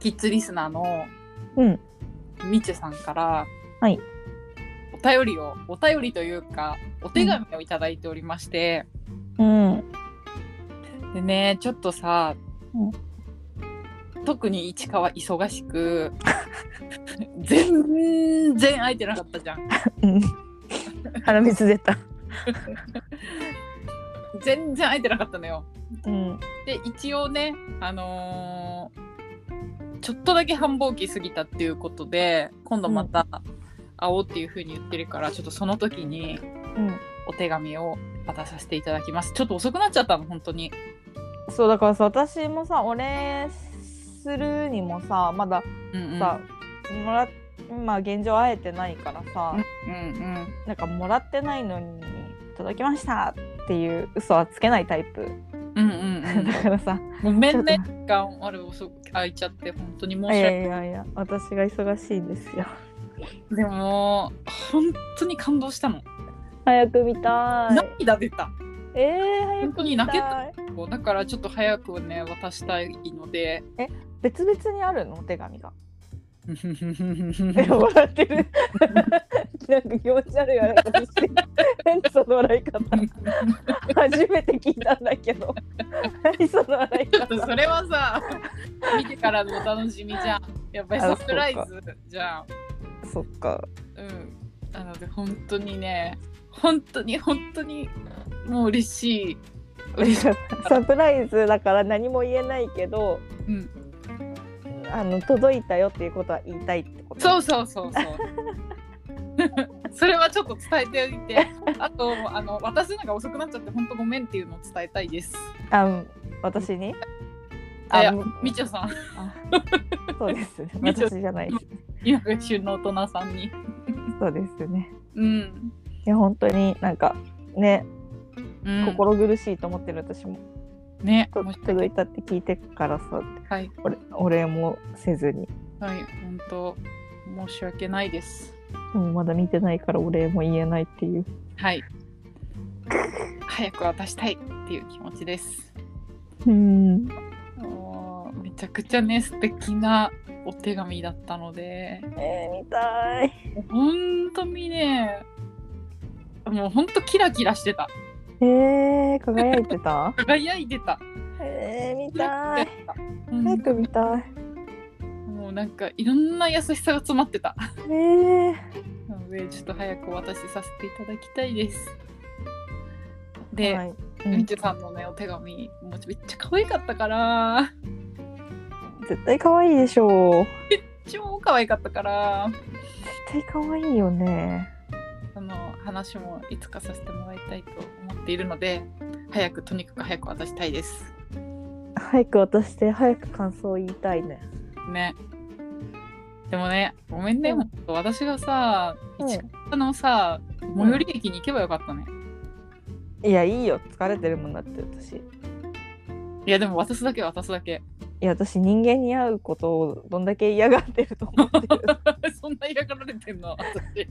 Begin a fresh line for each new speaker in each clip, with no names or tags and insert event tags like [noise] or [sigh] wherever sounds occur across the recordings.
キッズリスナーの
うん。
みちゅさんから、
はい
お便りをお便りというかお手紙をいただいておりまして、
うん。
でねちょっとさ、
う
特に市川忙しく [laughs] 全然空いてなかったじゃん
うん。鼻水出た。
全然空いてなかったのよ
うん。
で一応ねあのーちょっとだけ繁忙期過ぎたっていうことで今度また会おうっていうふうに言ってるから、ちょっとその時に
うん。
お手紙を渡させていただきますちょっと遅くなっちゃったの本当に
そうだからさ私もさお礼するにもさまだ
うんうん
さ、もらまあ現状会えてないからさ、
うんうん
なんかもらってないのに届きましたっていう嘘はつけないタイプ、
うんうんうん
[laughs] だからさ
ごめんね
ちょっ
時間あれ遅く空いちゃって本当に申し
い
訳な
や
い
いやいや私が忙しいんですよ
でも本当に感動したの、
早く見たい
涙出た
えー、早
本
く
当に
見
泣け
た
た
い
だからちょっと早くね渡したいので
別々にあるのお手紙がえ
い
[laughs] 笑ってるなんか気持ち悪い笑い方してる何その笑い方初めて聞いたんだけど何その笑い
や [laughs]
方
それはさ見てからのお楽しみじゃんやっぱり
あ
サプライズじゃん
そっか
うん、なので本当にね本当に本当にもう嬉しい嬉
[laughs]
しい、
サプライズだから何も言えないけど
うん、
あの届いたよっていうことは言いたいってこと
そうそうそうそう [laughs] それはちょっと伝えておいてあとあの渡すのが遅くなっちゃって本当ごめんっていうのを伝えたいです
あの私に
いや
む
みちょさん
あそうですね
みちょ
私じゃないです
今が旬の大人さんに
そうですね
うん、
いや本当になんかね
うん、
心苦しいと思ってる私も、
ね
と
もし
届いたって聞いてからさ
はい
お礼お礼もせずに
はい本当申し訳ないです
でもまだ見てないからお礼も言えないっていう
はい早く渡したいっていう気持ちです
うん
もうめちゃくちゃね素敵なお手紙だったので
えー、見たい
本当にねもう本当キラキラしてた
えー、輝いてた
輝いてた
えー、見
キラ
た
キラし
い
てたうん
早く見たい
もうなんかいろんな優しさが詰まってた
えー、
なのでちょっと早くお渡しさせていただきたいですで、
はい、う
み
ん、
ちゅさんのねお手紙もうめっちゃ可愛かったから
絶対可愛いでしょう
超可愛かったから
絶対可愛いよね
その話もいつかさせてもらいたいと思っているので早くとにかく早く渡したいです
早く渡して早く感想を言いたいね
ねでもねごめんね、
うん
本当私がさ
うん
市川のさ、最寄り駅に行けばよかったね
いやいいよ疲れてるもんだって私い
いやでも渡すだけ渡すだけ [laughs]
や私人間に会うことをどんだけ嫌がってると思ってる
そんな嫌がられてんの
[laughs]
私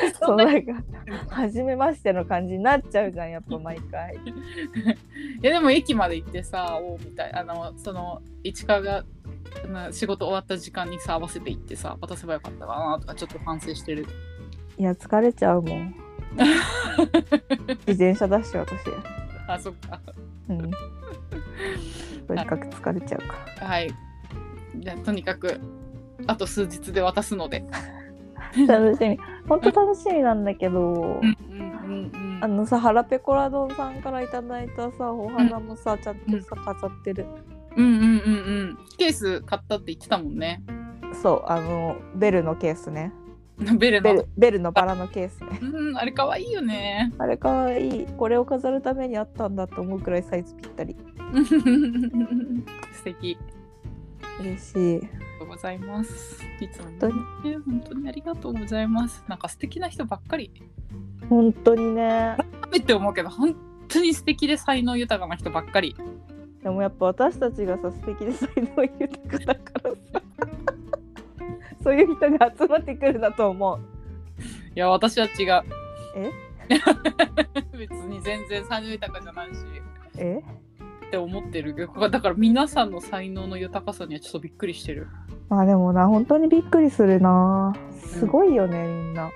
私
そ
そん
う
な
な
嫌
んか初めましての感じになっちゃうじゃんやっぱ毎回
いやでも駅まで行ってさおうみたいあのその市川がな仕事終わった時間にさ合わせて行ってさ渡せばよかったかなとかちょっと反省してる
いや疲れちゃうもん自転車だし私
あそっか
うんとにかく疲れちゃうから
はい。じゃあとにかくあと数日で渡すので。
楽しみ本当楽しみなんだけ
うんうん
ど、
うんう
あ
ん。
のさ腹ペコラ丼さんからいただいたさお花もさ、ちゃんとさ飾ってる、
うんうんうんうん。ケース買ったって言ってたもんね。 [laughs]
そうあのベルのケースね
ベル
ベ
の
ル。ベルのバラのケースね
うん、あれ可愛いよね。 [laughs]
あれかわいいこれを飾るためにあったんだと思うくらいサイズぴったり
素敵。
嬉しい
ありがとうございます。いつもね
本
本当にありがとうございます。なんか素敵な人ばっかり。
本当にね
改めて思うけど本当に素敵で才能豊かな人ばっかり。
でもやっぱ私たちがさ素敵で才能豊かだからさ [laughs] そういう人が集まってくるなと思う
いや私は違う。 [laughs]
え？
別に全然才能豊かじゃないし。
え
って思ってるけどだから皆さんの才能の豊かさにはちょっとびっくりしてる
まあでもな本当にびっくりするなすごいよね、みんな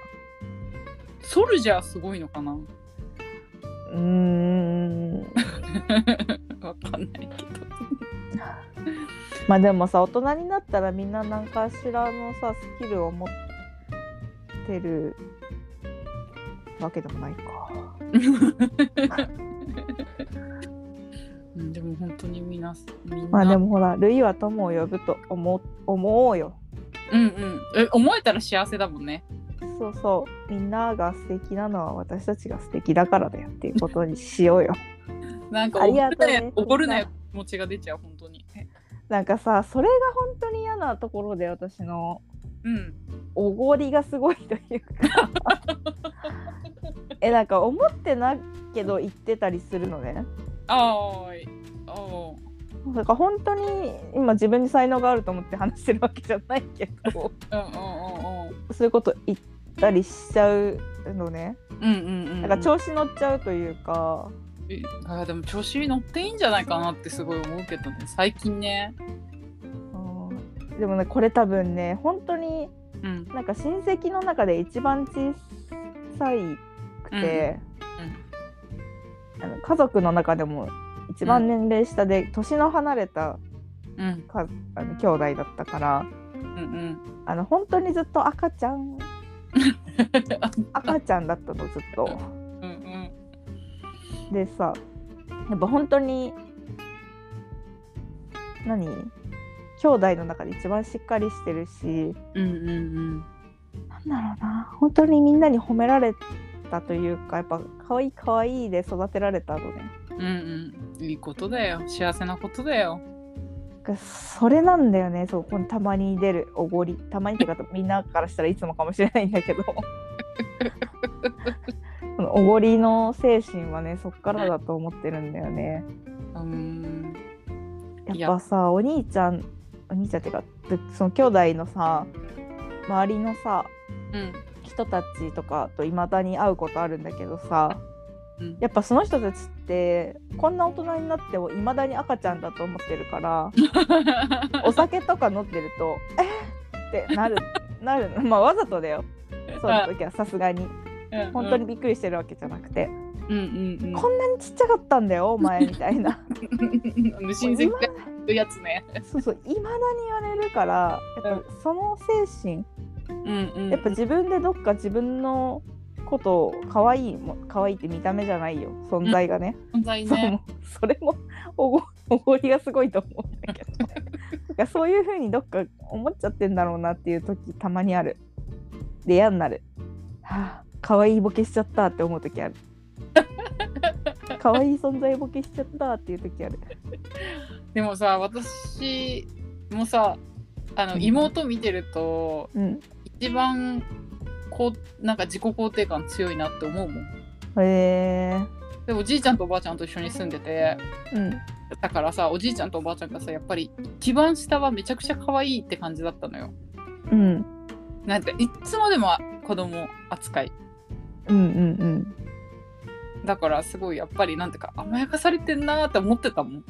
ソルジャーすごいのかな [laughs]
うーん
わかんないけど
まあでもさ大人になったらみんな何かしらのさスキルを持ってるわけでもないか
うんでも本当にみんなみんな
まあでもほらルイは友を呼ぶと思う思おうよ
うんうんえ思えたら幸せだもんね
そうそうみんなが素敵なのは私たちが素敵だからだよっていうことにしよう [laughs] よ
なんか
あり
怒
が
る
と
な
うね
よ怒るなよ気持ちが出ちゃう本当に
なんかさそれが本当に嫌なところで私の
うん
おごりがすごいというか [laughs] えなんか思ってないけど言ってたりするのね
あーいあー
なんか本当に今自分に才能があると思って話してるわけじゃないけど [laughs]
う
そういうこと言ったりしちゃうのね
んうんうんうんうんうん
なんか調子乗っちゃうというか、
あーでも調子に乗っていいんじゃないかなってすごい思うけどね最近ね
うんでもねこれ多分ね本当に
うん
なんか親戚の中で一番小さいくて、あの家族の中でも一番年齢下で、年の離れた
うん
かあの兄弟だったから
うんうん
あの本当にずっと赤ちゃん赤ちゃんだったのずっと。
うんうん
でさやっぱ本当に何兄弟の中で一番しっかりしてるし
うんうん
なんだろうな本当にみんなに褒められたというかやっぱ可愛い可愛いで育てられたのね
うんうんうんいいことだよ幸せなことだよ
がそれなんだよねそうこのたまに出るおごりたまにっていうかみんなからしたらいつもかもしれないんだ
[laughs]
けどこのおごりの精神はねそっからだと思ってるんだよね
うんいや
やっぱさお兄ちゃんお兄ちゃんっていうかでその兄弟のさ周りのさ
うん
人たちとかといまだに会うことあるんだけどさ、
うん
やっぱその人たちってこんな大人になってもいまだに赤ちゃんだと思ってるからお酒とか飲んでると「えっ!」って
[laughs]
なるなるのまあわざとだよその時はさすがに本当にびっくりしてるわけじゃなくて、
うんうんうん
こんなにちっちゃかったんだよお前みた
[laughs]
いな
無親戚がやるやつね
そうそういまだに言われるからやっぱその精神
うんうん
やっぱ自分でどっか自分のことを可愛いも可愛いって見た目じゃないよ存在がね、
存在
そう
ね
もうそれもおごおごりがすごいと思うんだけどなんかそういうふうにどっか思っちゃってんだろうなっていう時たまにあるで嫌になるはあ可愛いボケしちゃったって思う時ある可愛い存在ボケしちゃったっていう時ある
でもさ私もさあの
うん
妹見てると
うん
一番こうなんか自己肯定感強いなって思うもん
へえ
でおじいちゃんとおばあちゃんと一緒に住んでて
うん
だからさおじいちゃんとおばあちゃんがさやっぱり一番下はめちゃくちゃ可愛いって感じだったのよ
うん
なんかいっつもでも子供扱い
うんうんうん
だからすごいやっぱりなんていうか甘やかされてんなーって思ってたもん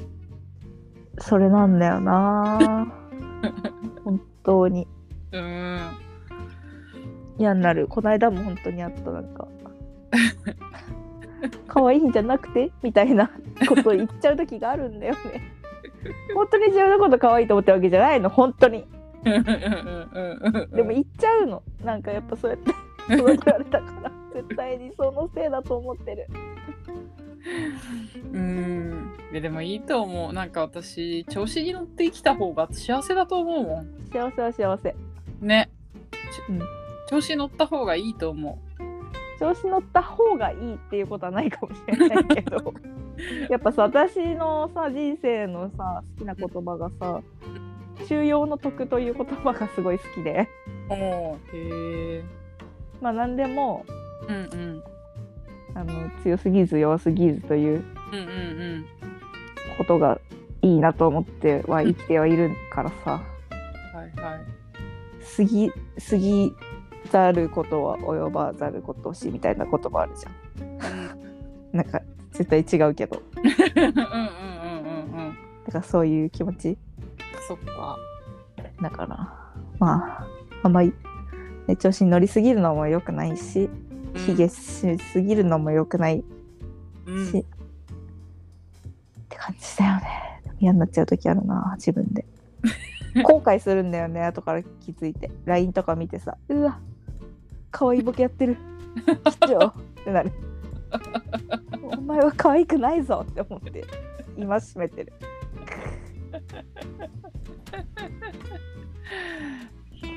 それなんだよな本当に
うーん
嫌になるこの間も本当にあったなんか [laughs] 可愛いんじゃなくてみたいなことを言っちゃう時があるんだよね
[laughs]
本当に自分のこと可愛いと思ってるわけじゃないの本当に
うんうんうんうんうん
でも言っちゃうのなんかやっぱそう
[laughs]
やって育てられたから絶対にそのせいだと思ってる
うんいやでもいいと思うなんか私調子に乗って生きた方が幸せだと思うも
幸せは幸せ
んね、
うん
調子に乗った方がいいと思
調子乗った方がいいっていうことはないかもしれないけ
[laughs]
どやっぱさ私のさ人生のさ好きな言葉がさ「中庸の徳」という言葉がすごい好きで
うおーへえ
まあ何でも
うんうん
あの強すぎず弱すぎずという
うんうん
ことがいいなと思っては生きてはいるからさ
うんはいはい
過ぎ過ぎざることは及ばざることしみたいな言葉あるじゃんなんか絶対違うけど
うんうんうんうんうん
だからそういう気持ち
そっか。
だからまああんまり、ね、調子に乗りすぎるのも良くないし卑下しすぎるのも良くないし、
うん
っ。て感じだよね嫌になっちゃう時あるな自分
[laughs]
で後悔するんだよね後から気づいて LINE とか見てさうわ可愛いボケやってる市長ってなるお前は可愛くないぞって思って今しめてる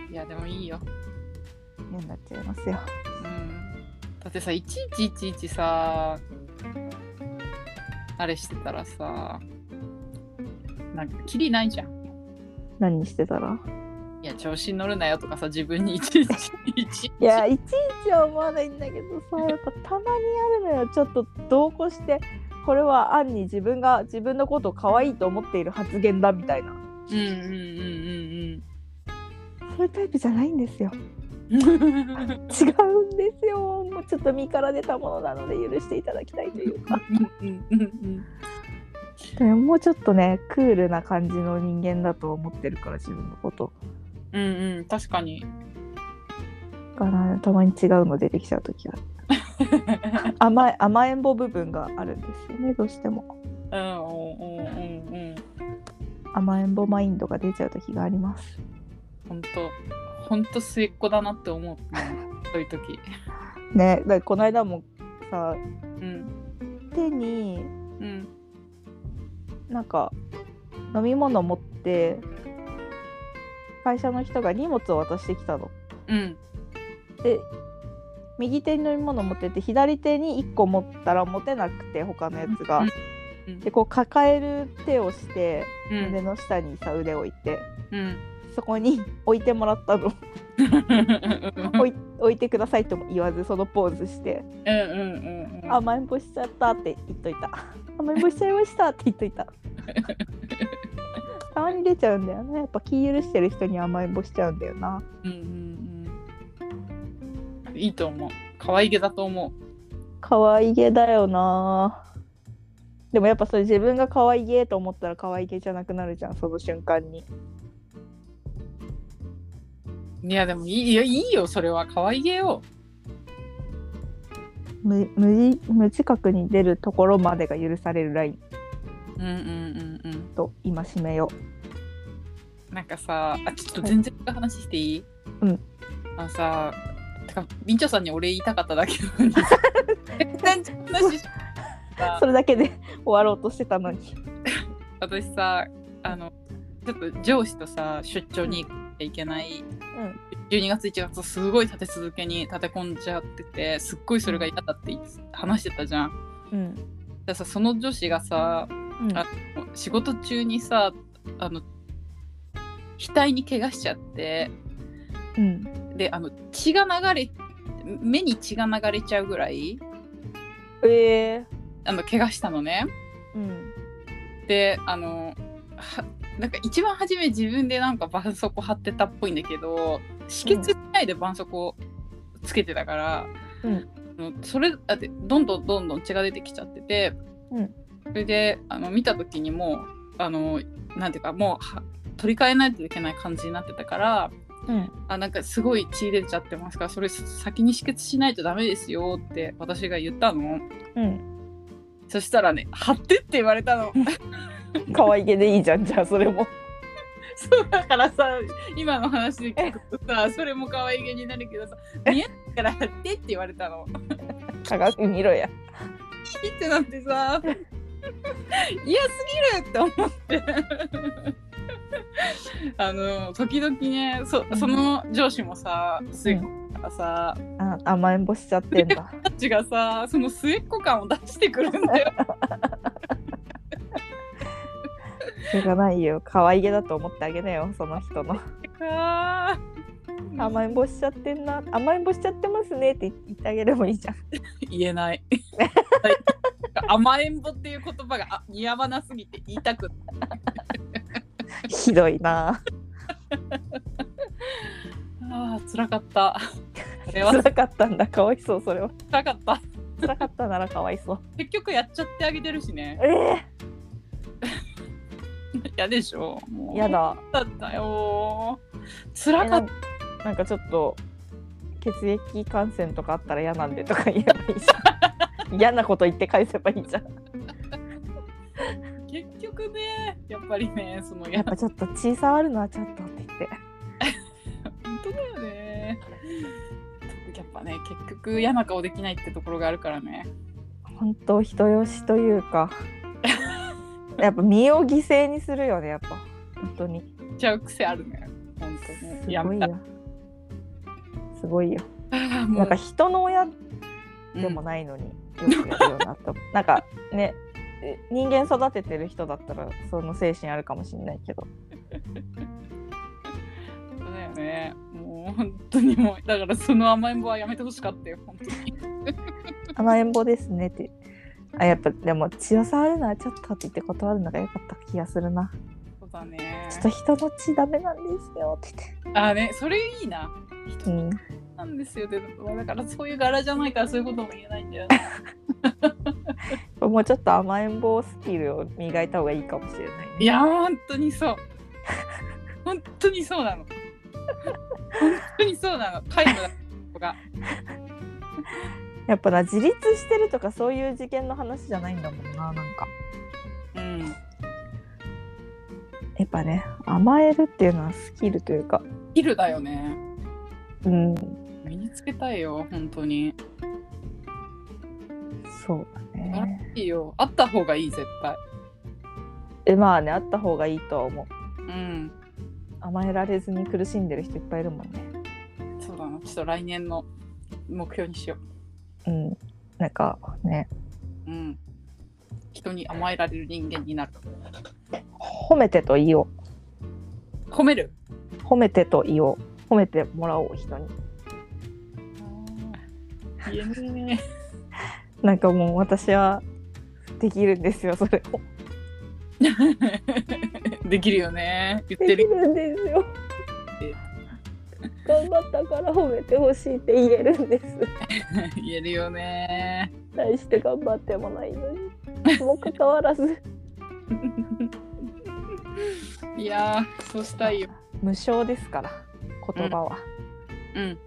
いや、でもいいよ。
嫌になっちゃいますよ
うん。だってさ、いちいちいちいちさ、あれしてたらさ、なんか、キリないじゃん。
何してたら
いや、調子に乗るなよとかさ、自分にいちいちいちいち。
いやいちいちは思わないんだけどさやっぱたまにあるのよちょっと同行してこれは暗に自分が自分のことを可愛いと思っている発言だみたいな
うんうんうん
そういうタイプじゃないんですよ
うんうん。
違うんですよもうちょっと身から出たものなので許していただきたいというか
うんうんうん
でももうちょっとねクールな感じの人間だと思ってるから自分のこと
うんうん確かに
がなたまに違うの出てきちゃう時 [laughs] がある甘え甘えん坊部分があるんですよねどうしても
うんうんうんうんうん
甘えん坊マインドが出ちゃう時があります
本当本当末っ子だなって思うそういう時
ねだからこの間もさ
うん
手に
うん
なんか飲み物持って会社の人が荷物を渡してきたの。
うん
で右手に飲み物持ってて左手に1個持ったら持てなくて他のやつが
うん。うん
でこう抱える手をして
う
腕
ん
の下にさ腕を置いて
うん
そこに置いてもらったの置い置いてくださいとも言わずそのポーズして
うんうんうんうん
[laughs] 甘えん坊しちゃったって言っといた [laughs] 甘えん坊しちゃいましたって言っとい [laughs] たたまに出ちゃうんだよねやっぱ気許してる人に甘えん坊しちゃうんだよな
うんうんうんいいと思う可愛げだと思
可愛げだよなでもやっぱそれ自分が可愛げと思ったら可愛げじゃなくなるじゃんその瞬間に
ういやでもいいいやいいよそれは可愛げよ
無無自無自覚に出るところまでが許されるライン
うんうんうんうん
と今しめよ
なんかさあちょっと全然違う話していい、
うん
あのさてかりんちょさんにお礼言いたかっただけなのにさ全然違う話し
うそれだけで [laughs] 終わろうとしてたのに
私さあのちょっと上司とさ出張に行かなきゃいけない、12月1月すごい立て続けに立て込んじゃっててすっごいそれが嫌だって言って話してたじゃん。
うん
でさその女子がさ
うん
あ仕事中にさあの額に怪我しちゃって
うん
であの血が流れ目に血が流れちゃうぐらい
えー
あの怪我したのね。
うん
であのはなんか一番初め自分でなんか絆創膏貼ってたっぽいんだけど止血しないで絆創膏つけてたから、
うん
あのそれだってどんどんどんどん血が出てきちゃってて、
うん
それであの見た時にもうあのなんていうかもうは取り替えないといけない感じになってたから
うん
あなんかすごい血出ちゃってますからそれ先に止血しないとダメですよって私が言ったの
うん
そしたらね「貼って」って言われたの。
可愛げでいいじゃんじゃあそれも
そうだからさ今の話で聞くとさそれも可愛げになるけどさ見えないから貼ってって言われたの。
鏡見ろや
ピってなってさ [laughs] 嫌すぎるって思って [laughs] あの時々ねそその上司もさ末っ子だからさ、
あ甘えん坊しちゃってんだ
たちがさその末っ子感を出してくるん [laughs] だよ。
しょうがないよ可愛げだと思ってあげなよその人の
あー
甘えん坊しちゃってんな甘えん坊しちゃってますねって言ってあげればいいじゃん
言え [laughs] ない。甘えんぼっていう言葉があ似合わなすぎて言いたくない
ひどいな
ああ、辛か
[laughs]
った。あれは
辛かったんだかわいそうそれは
辛かった。
辛かったならかわいそう
結局やっちゃってあげてるしね。
ええ
嫌でしょもう
やだ
だったよ辛かっ
えななんかちょっと血液感染とかあったら嫌なんでとか言えばいいじゃん嫌なこと言って返せばいいじゃん
た結局ねやっぱりねその
や
や
っぱちょっと血触るのはちょっとって言って
本当だよねやっぱね結局嫌な顔できないってところがあるからね
本当人よしとい
[laughs]
うかやっぱ身を犠牲にするよねやっぱ本当に
言っちゃう癖あるね本当
す
にや
ご
め
い
た
よすごいよ
ああも
[laughs] な
うん
か人の親
うん
でもないのによくやるようになった、 [laughs] なんかねえ人間育ててる人だったらその精神あるかもしれないけど
本当だよねもう本当にもうだからその甘えん坊はやめてほしかったよ本当に
甘えん坊ですねってあやっぱでも血を触るのはちょっとって言って断るのが良かった気がするな
そうだね
ちょっと人の血ダメなんですよって言って
ああねそれいいな人
うん
なんですよでもだからそういう柄じゃないからそういうことも言えないんだよね
もうちょっと甘えん坊スキルを磨いた方がいいかもしれないね
いや本当にそう本当にそうなの本当にそうなの皆無だ子が
やっぱな自立してるとかそういう事件の話じゃないんだもんななんか
うん
やっぱね甘えるっていうのはスキルというか
いるだよね
うん
身につけたいよ本当に
そうだね
いいよあった方がいい絶対
えまあねあった方がいいとは思う
うん
甘えられずに苦しんでる人いっぱいいるもんね
そうだなちょっと来年の目標にしよ
うんなんかね
ううん人に甘えられる人間になる
褒めてと言おう
褒める
褒めてと言おう褒めてもらおう人に
言えね
なんかもう私はできるんですよそれを
え [laughs] できるよね言っ
で
て
き
る
るんですよ
え
頑張ったから褒めてほしいって言えるんです
[laughs] 言えるよね。
大して頑張ってもないのにもかかわらず
いやー、そうしたいよ。
無償ですから言葉は、
うん。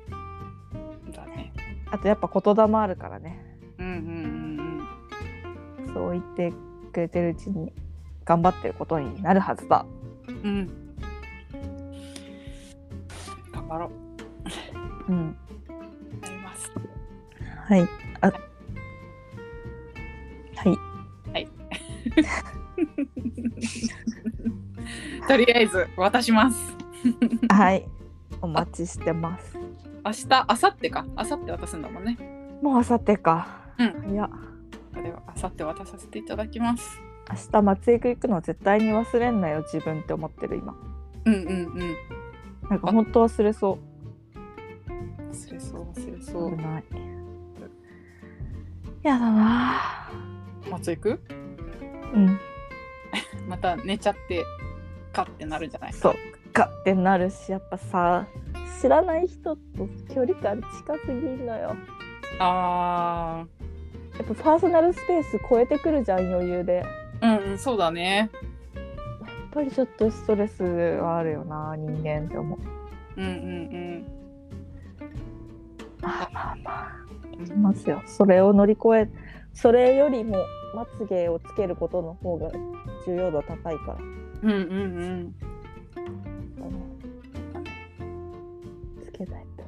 だね。
あとやっぱ言霊あるからね
うんうん
そう言ってくれてるうちに頑張ってることになるはずだ
うんうん。うん。頑張ろう。
うん
なります。
はいあはい
とりあえず渡します。
はいお待ちしてます
明日、明後日か。明後日渡すんだもんね。
もうあさってか
うん。
いや
では明後日渡させていただきます。
明日松江区行くの絶対に忘れんなよ自分って思ってる今
うんうんうん。
なんか本当忘れそ
忘れそう忘れそうう。
危ないやだな
松井くん
うん
また寝ちゃってかってなるんじゃない
そうかってなるしやっぱさ知らない人と距離感近すぎんのよや
あ
っぱパーソナルスペース超えてくるじゃん余裕でや
あ。うんうん、そうだね。
っぱりちょっとストレスはあるよな人間って思う
うんうん
まあまあまあしますよそれを乗り越えそれよりもまつげをつけることの方が重要度高いか
う
ら
ん。うんうんうん。
だねつけないと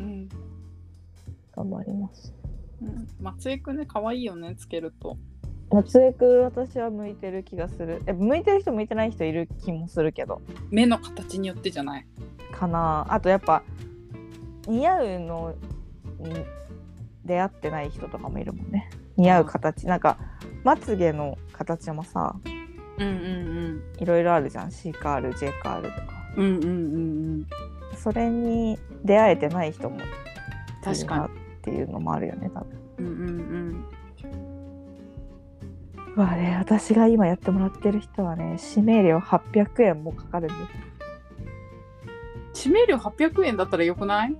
うん、
頑張ります
うん、松江くんね可愛いよねつけると
松江くん私は向いてる気がするえ向いてる人向いてない人いる気もするけど
目の形によってじゃない
かなあとやっぱ似合うのに出会ってない人とかもいるもんね似合う形なんかまつげの形もさ
うんうん
いろいろあるじゃん C カール J カールとか
うんうんうんうん
それに出会えてない人も
確かに
いるなっていうのもあるよね多分
うんうん
うわあれ私が今やってもらってる人はね指名料800円もかかるんです
うん指名料800円だったらよくない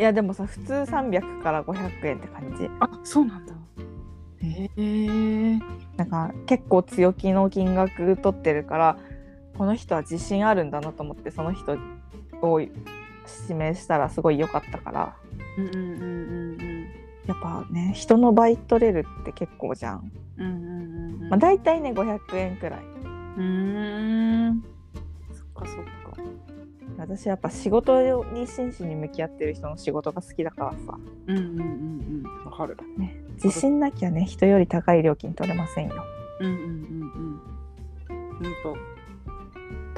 いやでもさ普通300から500円って感じ
あそうなんだへえ
なんか結構強気の金額取ってるからこの人は自信あるんだなと思ってその人を指名したらすごい良かったから
うんうんうん
やっぱね人の倍取れるって結構じゃん、
うんうんうんうんうん
まあ、大体ね500円くらいう
ーんそっかそっか
私やっぱ仕事に真摯に向き合ってる人の仕事が好きだからさ
うんうんうんうんわかる
自信なきゃね人より高い料金取れませんよ
うんうんうんうんうんと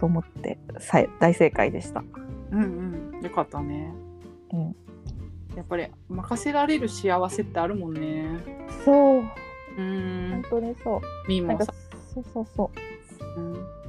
と思ってさ大正解でした
うんうんよかったね
うん
やっぱり任せられる幸せってあるもんね
そう
うー
本
ん
当にそ
みー
うなん
も
か
さ
そうそうそう
うん